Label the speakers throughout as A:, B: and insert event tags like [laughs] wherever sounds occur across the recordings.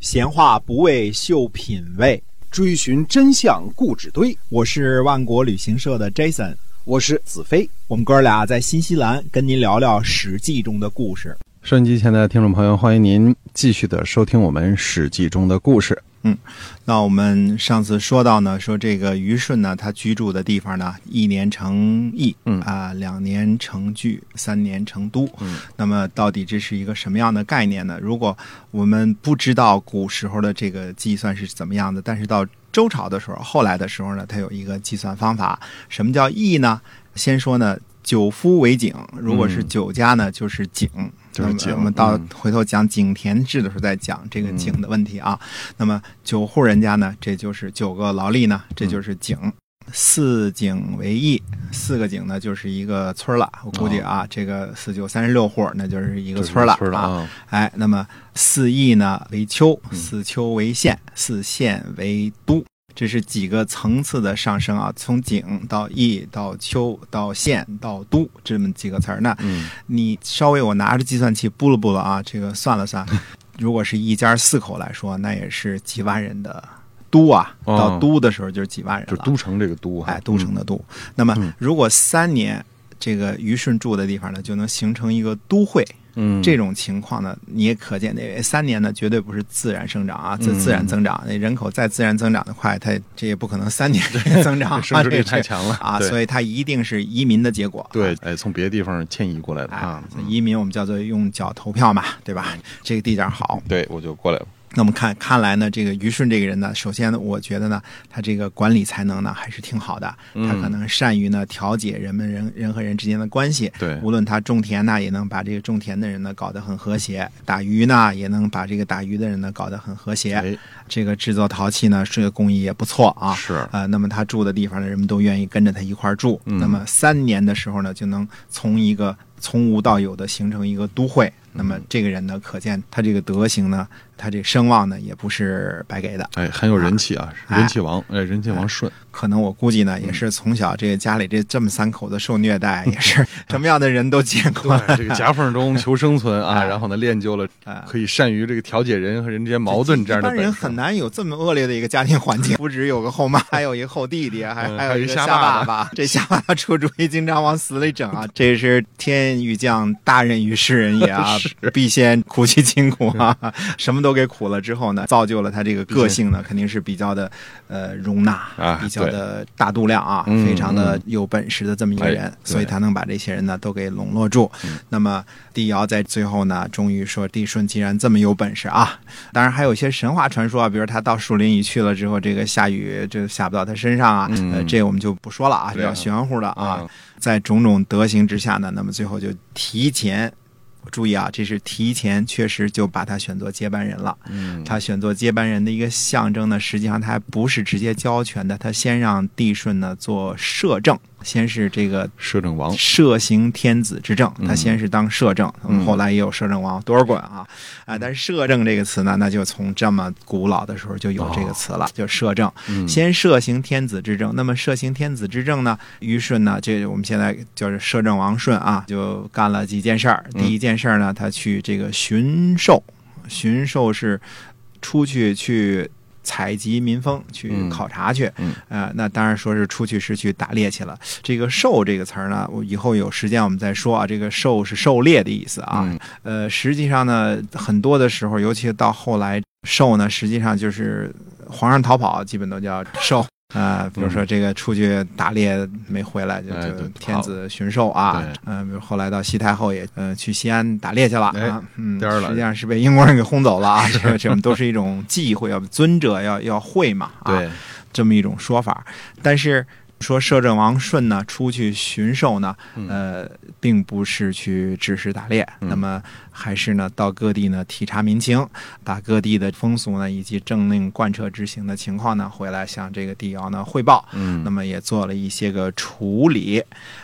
A: 闲话不为秀品味，
B: 追寻真相故纸堆。
A: 我是万国旅行社的 Jason，
B: 我是子飞。
A: 我们哥俩在新西兰跟您聊聊《史记》中的故事。
C: 收音机前的听众朋友，欢迎您继续的收听我们《史记》中的故事。
A: 那我们上次说到呢，说这个虞舜呢，他居住的地方呢，一年成邑，
C: 嗯
A: 啊，两年成聚，三年成都。
C: 嗯，
A: 那么到底这是一个什么样的概念呢？如果我们不知道古时候的这个计算是怎么样的，但是到周朝的时候，后来的时候呢，它有一个计算方法。什么叫邑呢？先说呢，九夫为井，如果是
C: 嗯
A: 九家呢，就是井。
C: 就是井
A: 那么我们到
C: 嗯
A: 回头讲井田制的时候再讲这个井的问题啊。那么九户人家呢，这就是九个劳力呢，这就是井。四井为邑，四个井呢就是一个村儿了。我估计啊，这个四九三十六户，那就是一
C: 一
A: 个村儿了
C: 村儿了
A: 啊。哎，那么四邑呢为丘，
C: 嗯
A: 四丘为县，四县为都。这是几个层次的上升啊，从井到邑到丘到县到都这么几个词儿。那
C: 嗯，
A: 你稍微我拿着计算器拨了拨了啊，这个算了
C: [laughs]
A: 算，如果是一家四口来说，那也是几万人的都啊，
C: 哦
A: 到都的时候就是几万人
C: 就
A: 了，
C: 是都城这个都啊哈，
A: 哎，都城的都。那么
C: 嗯
A: 如果三年。这个虞舜住的地方呢，就能形成一个都会。
C: 嗯，嗯
A: 这种情况呢，你也可见这三年呢，绝对不是自然生长啊，自
C: 嗯
A: 自然增长。那人口再自然增长的快，它这也不可能三年 [laughs] 增长啊，
C: [laughs] 生殖力
A: 这
C: 太强了
A: 啊，
C: 对
A: 所以它一定是移民的结果。
C: 对，哎，从别的地方迁移过来的
A: 哎
C: 啊，，
A: 移民我们叫做用脚投票嘛，对吧？这个地点好。
C: 对，我就过来了。
A: 那我们看看来呢，这个虞舜这个人呢，首先呢，我觉得呢，他这个管理才能呢还是挺好的，他
C: 嗯
A: 可能善于呢调解人们人人和人之间的关系。
C: 对
A: 无论他种田呢，也能把这个种田的人呢搞得很和谐；打鱼呢，也能把这个打鱼的人呢搞得很和谐。
C: 哎，
A: 这个制作陶器呢，这个工艺也不错啊。
C: 是
A: 呃，那么他住的地方呢，人们都愿意跟着他一块儿住。
C: 嗯
A: 那么三年的时候呢，就能从一个从无到有的形成一个都
C: 嗯
A: 会。那么这个人呢，可见他这个德行呢，他这声望呢，也不是白给的。
C: 哎，很有人气啊，
A: 哎
C: 人气王，哎，人气王舜，
A: 可能我估计呢，也是从小这个家里这这么三口子受虐
C: [laughs]
A: 待，也是什么样的人都见过。
C: 对，这个夹缝中求生存啊，然后呢，练就了
A: 啊
C: 可以善于这个调解人和人之间矛盾这样
A: 一
C: 的
A: 般
C: 本
A: 人
C: 事。
A: 很难有这么恶劣的一个家庭环
C: [laughs]
A: 境，不只有个后妈，还有一个后弟弟，还还
C: 嗯
A: 有一个
C: 还有一
A: 瞎
C: 瞎爸
A: 爸爸。这瞎爸爸出主意，经常往死里整啊！这是天欲降大任于斯人也啊
C: [laughs] 是，
A: 必先苦其筋骨啊！什么都给苦了之后呢，造就了他这个个性呢，肯定是比较的呃容纳
C: 啊，
A: 比较的大度量啊，
C: 嗯
A: 非常的有本事的这么一个
C: 哎
A: 人
C: 对，嗯
A: 所以他能把这些人呢都给笼络住。那么帝尧在最后呢，终于说帝舜既然这么有本事啊，当然还有一些神话传说啊，比如他到树林里去了之后，这个下雨就下不到他身上啊，
C: 嗯
A: 呃，这我们就不说了啊，比
C: 对啊
A: 较玄乎的啊。
C: 嗯
A: 在种种德行之下呢，那么最后就提前。注意啊，这是提前确实就把他选作接班人了。
C: 嗯，
A: 他选作接班人的一个象征呢，实际上他还不是直接交权的，他先让帝舜呢做摄政，先是这个
C: 摄政王，
A: 摄行天子之政，
C: 嗯
A: 他先是当摄政，
C: 嗯
A: 后来也有摄政王多尔衮啊，啊，但是摄政这个词呢，那就从这么古老的时候就有
C: 哦
A: 这个词了，就摄政，
C: 嗯
A: 先摄行天子之政。那么摄行天子之政呢，虞舜呢，这我们现在就是摄政王舜啊，就干了几件事儿。
C: 嗯
A: 第一件事儿呢，他去这个巡狩，巡狩是出去去。采集民风去
C: 嗯
A: 考察去，
C: 嗯
A: 呃，那当然说是出去是去打猎去了。这个“狩”这个词儿呢，我以后有时间我们再说啊。这个“狩”是狩猎的意思啊。
C: 嗯
A: 呃，实际上呢，很多的时候，尤其到后来，狩呢，实际上就是皇上逃跑，基本都叫狩。啊，比如说这个出去打猎没回来，就
C: 嗯哎对
A: 就
C: 跑
A: 天子巡狩啊
C: 对，
A: 嗯，比如后来到西太后也，嗯，去西安打猎去了
C: 哎
A: 啊，嗯，
C: 颠儿了
A: 实际上是被英国人给轰走了啊，这 [laughs] 个这种都是一种忌讳，要尊者要要讳嘛，啊，
C: 对，
A: 这么一种说法。但是说摄政王舜呢出去巡狩呢，呃，并不是去只是打猎，
C: 嗯
A: 那么还是呢到各地呢体察民情，把各地的风俗呢以及政令贯彻执行的情况呢回来向这个帝尧呢汇报。
C: 嗯，
A: 那么也做了一些个处理。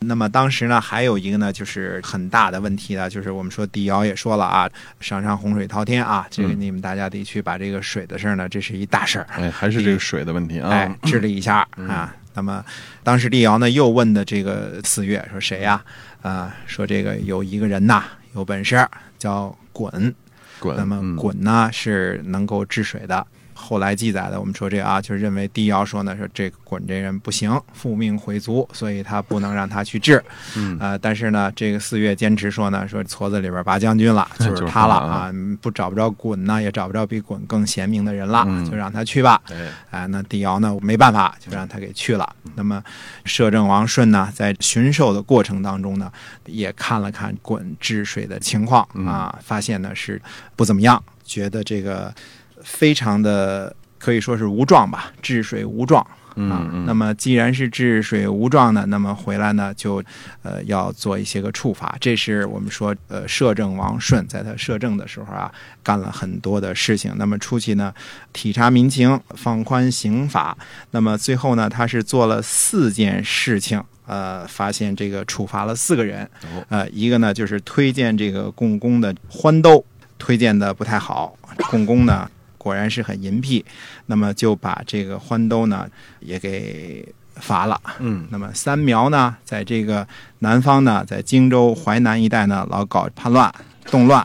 A: 那么当时呢，还有一个呢，就是很大的问题呢，就是我们说帝尧也说了啊，上上洪水滔天啊，这个
C: 嗯
A: 你们大家得去把这个水的事儿呢，这是一大事儿。
C: 哎，还是这个水的问题啊，
A: 哎，治理一下
C: 嗯
A: 啊。那么，当时帝尧呢又问的这个四月说谁呀、啊？说这个有一个人呐，有本事，叫鲧。
C: 滚
A: 那么
C: 嗯
A: 滚呢是能够治水的。后来记载的，我们说这啊，就是认为帝尧说呢，说这个鲧这人不行，父命回族，所以他不能让他去治。
C: 嗯
A: 呃，但是呢，这个四月坚持说呢，说矬子里边拔将军了，就
C: [laughs] 就是是
A: 他
C: 他
A: 了
C: 了
A: 啊
C: 啊，
A: 嗯不找不着鲧呢，也找不着比鲧更贤明的人了，
C: 嗯
A: 就让他去吧。
C: 哎，
A: 啊、那帝尧呢没办法，就让他给去了。那么摄政王舜呢，在巡狩的过程当中呢，也看了看鲧治水的情况啊，发现呢是不怎么样，觉得这个非常的可以说是无状吧，治水无状。
C: 嗯
A: 啊，那么既然是治水无状呢，那么回来呢就，呃，要做一些个处罚。这是我们说，呃，摄政王舜在他摄政的时候啊，干了很多的事情。那么出去呢，体察民情，放宽刑法。那么最后呢，他是做了四件事情。呃，发现这个处罚了四个人
C: 哦，
A: 呃，一个呢就是推荐这个共工的欢兜，推荐的不太好，共工呢果然是很淫僻，那么就把这个欢兜呢也给罚了。
C: 嗯，
A: 那么三苗呢，在这个南方呢，在荆州、淮南一带呢，老搞叛乱、动乱，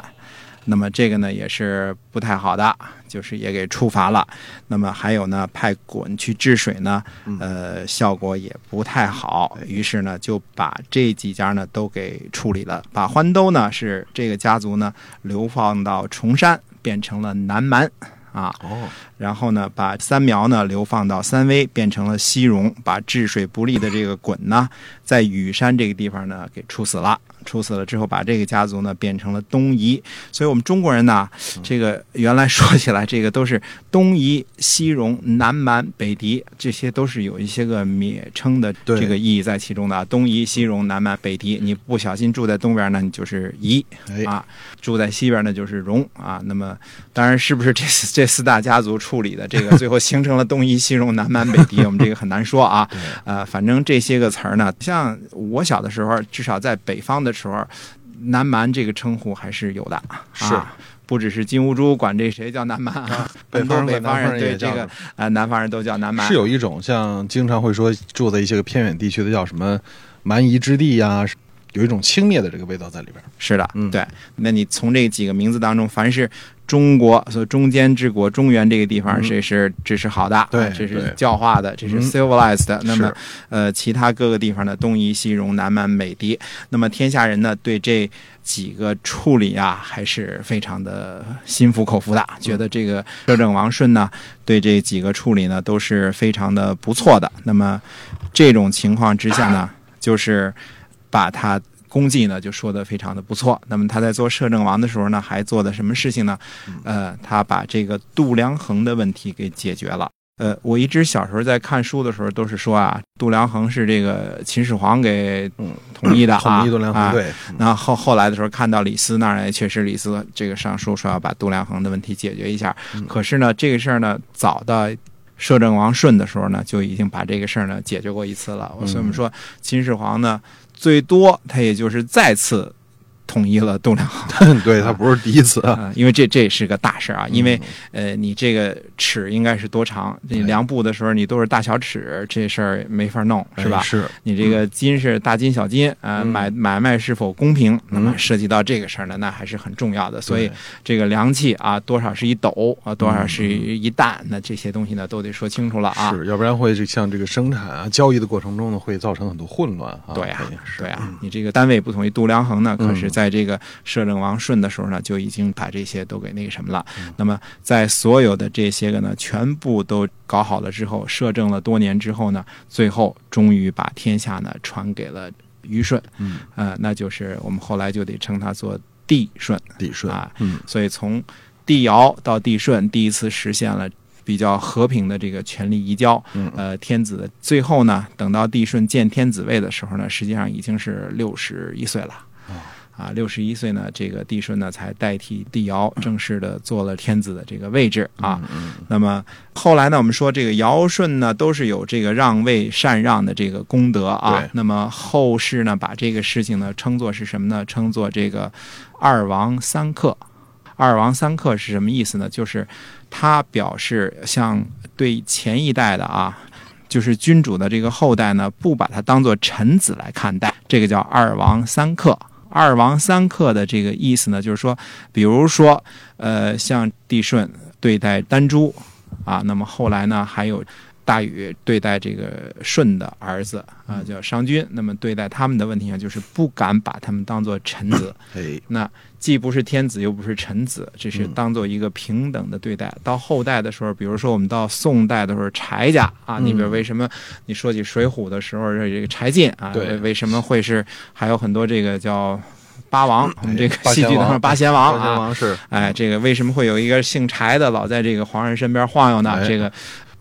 A: 那么这个呢也是不太好的，就是也给处罚了。那么还有呢，派鲧去治水呢，呃，效果也不太好，于是呢就把这几家呢都给处理了，把欢兜呢是这个家族呢流放到崇山，变成了南蛮啊。
C: 哦，
A: 然后呢，把三苗呢流放到三危，变成了西戎，把治水不力的这个鲧呢，在羽山这个地方呢给处死了。处死了之后，把这个家族呢变成了东夷。所以，我们中国人呢，这个原来说起来，这个都是东夷、西戎、南蛮、北狄，这些都是有一些个蔑称的
C: 对
A: 这个意义在其中的啊。东夷、西戎、南蛮、北狄，你不小心住在东边呢，你就是夷。
C: 哎
A: 啊，住在西边呢就是戎啊。那么当然是不是这四 [laughs] 这四大家族处理的这
C: [laughs]
A: 个，最后形成了东夷、西戎、南蛮、北狄，我们这个很难说
C: [laughs]
A: 啊。呃，反正这些个词儿呢，像我小的时候，至少在北方的时候，南蛮这个称呼还是有的，啊、
C: 是。
A: 不只是金兀术管这谁叫南蛮啊， [laughs] 很多北
C: 北
A: 方
C: 方人
A: 人对
C: 也
A: 这
C: 叫
A: 个
C: 什么
A: 呃南方人都叫南蛮，
C: 是有一种像经常会说住在一些个偏远地区的叫什么蛮夷之地呀，是有一种轻蔑的这个味道在里边。
A: 是的，
C: 嗯
A: 对。那你从这几个名字当中，凡是中国，所以中间之国，中原这个地方，
C: 嗯
A: 这是这是好的，啊
C: 对
A: 这是
C: 对
A: 教化的，这是
C: 嗯
A: civilized 的。那么
C: 是，
A: 呃，其他各个地方的东夷、西戎、南蛮、北狄，那么天下人呢，对这几个处理啊，还是非常的心服口服的，
C: 嗯
A: 觉得这个摄政王舜呢，对这几个处理呢，都是非常的不错的。那么，这种情况之下呢，就是把他功绩呢就说得非常的不错。那么他在做摄政王的时候呢，还做的什么事情呢？
C: 嗯
A: 呃，他把这个度量衡的问题给解决了。呃，我一直小时候在看书的时候都是说啊，度量衡是这个秦始皇给
C: 嗯
A: 统一的啊，
C: 统一度量衡
A: 啊
C: 对， [laughs]
A: 那后后来的时候，看到李斯那儿也哎确实李斯这个上书说要把度量衡的问题解决一下。
C: 嗯
A: 可是呢，这个事儿呢，早到摄政王舜的时候呢，就已经把这个事儿呢解决过一次了。
C: 嗯
A: 所以我们说，秦始皇呢，最多他也就是再次统一了度量衡。
C: 嗯对，它不是第一次啊。 [laughs]
A: 啊，因为这这是个大事儿啊，
C: 嗯
A: 因为呃，你这个尺应该是多长？你
C: 对
A: 量步的时候你都是大小尺，这事儿没法弄，嗯是吧
C: 哎？是，
A: 你这个金是大金小金，呃，
C: 嗯
A: 买买卖是否公平？那么涉及到这个事儿呢，那还是很重要的。所以
C: 对嗯
A: 这个量器啊，多少是一斗啊，多少是一担，那这些东西呢都得说清楚了啊。
C: 是，要不然会这像这个生产啊、交易的过程中呢，会造成很多混乱啊。
A: 对呀、
C: 哎
A: 对呀、你这个单位不同于度量衡呢，
C: 嗯
A: 可是在这个摄政王舜的时候呢，就已经把这些都给那个什么了。
C: 嗯
A: 那么在所有的这些个呢，全部都搞好了之后，摄政了多年之后呢，最后终于把天下呢传给了虞舜，
C: 嗯，
A: 呃，那就是我们后来就得称他做帝舜。
C: 理顺
A: 啊，
C: 嗯，
A: 所以从帝尧到帝舜，第一次实现了。比较和平的这个权力移交，
C: 嗯
A: 呃，天子的最后呢，等到帝舜建天子位的时候呢，实际上已经是六十一岁了，啊，六十一岁呢，这个帝舜呢才代替帝尧正式的做了天子的这个位置啊。那么后来呢，我们说这个尧舜呢都是有这个让位禅让的这个功德啊
C: 对。
A: 那么后世呢，把这个事情呢称作是什么呢？称作这个二王三克。二王三克是什么意思呢？就是他表示像对前一代的啊，就是君主的这个后代呢，不把他当做臣子来看待，这个叫二王三克。二王三客的这个意思呢，就是说，比如说，呃，像帝舜对待丹朱啊，那么后来呢，还有大禹对待这个舜的儿子啊，叫商均，那么对待他们的问题呢，就是不敢把他们当做臣子，
C: 哎，
A: 那既不是天子又不是臣子，这
C: 嗯
A: 是当做一个平等的对待。到后代的时候，比如说我们到宋代的时候，柴家啊，
C: 嗯
A: 你比如为什么你说起《水浒》的时候，这个柴进啊，
C: 对
A: 为为什么会是还有很多这个叫八王，我们这个
C: 哎八
A: 戏
C: 贤
A: 剧当中
C: 王
A: 八贤王
C: 大
A: 啊，
C: 王是
A: 哎，这个为什么会有一个姓柴的老在这个皇上身边晃悠呢？
C: 哎
A: 这个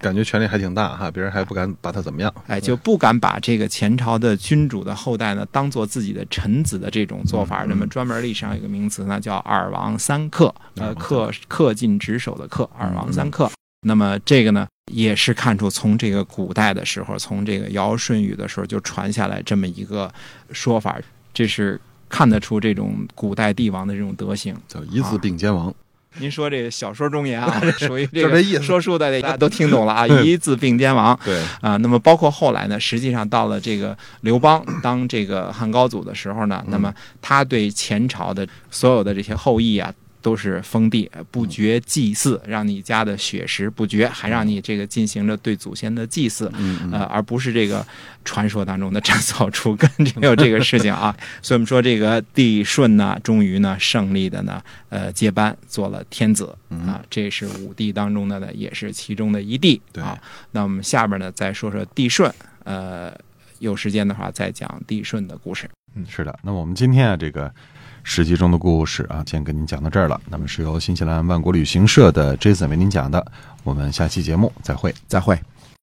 C: 感觉权力还挺大哈，别人还不敢把他怎么样。
A: 哎，就不敢把这个前朝的君主的后代呢，当做自己的臣子的这种做法。
C: 嗯
A: 那么专门历史上有个名词呢，叫“二王三客”，呃，
C: 二王三
A: 恪恪尽职守的恪，二王
C: 嗯
A: 三客。那么这个呢，也是看出从这个古代的时候，从这个尧舜禹的时候就传下来这么一个说法，这是看得出这种古代帝王的这种德行。
C: 叫一
A: 啊
C: 字并肩王，
A: 您说这个小说中言
C: [laughs]
A: 啊，属于这
C: 就
A: 个
C: 这意思
A: 说书的，大家都听懂了
C: [laughs]
A: 啊，一字并肩王。
C: 对，
A: 啊、那么包括后来呢，实际上到了这个刘邦当这个汉高祖的时候呢，那么他对前朝的所有的这些后裔啊。都是封地，呃不绝祭祀，让你家的血食不绝，还让你这个进行着对祖先的祭祀，
C: 嗯
A: 呃，而不是这个传说当中的斩草除根， [laughs] 没有这个事情啊。所以我们说这个帝舜呢，终于呢胜利的呢，呃，接班做了天子
C: 嗯
A: 啊，这是五帝当中的呢，也是其中的一帝
C: 对
A: 啊。那我们下边呢再说说帝舜，呃，有时间的话再讲帝舜的故事。
C: 嗯
D: 是的，那么我们今天啊，这个史记中的故事啊，先跟您讲到这儿了。那么是由新西兰万国旅行社的 Jason 为您讲的，我们下期节目再会。
A: 再会。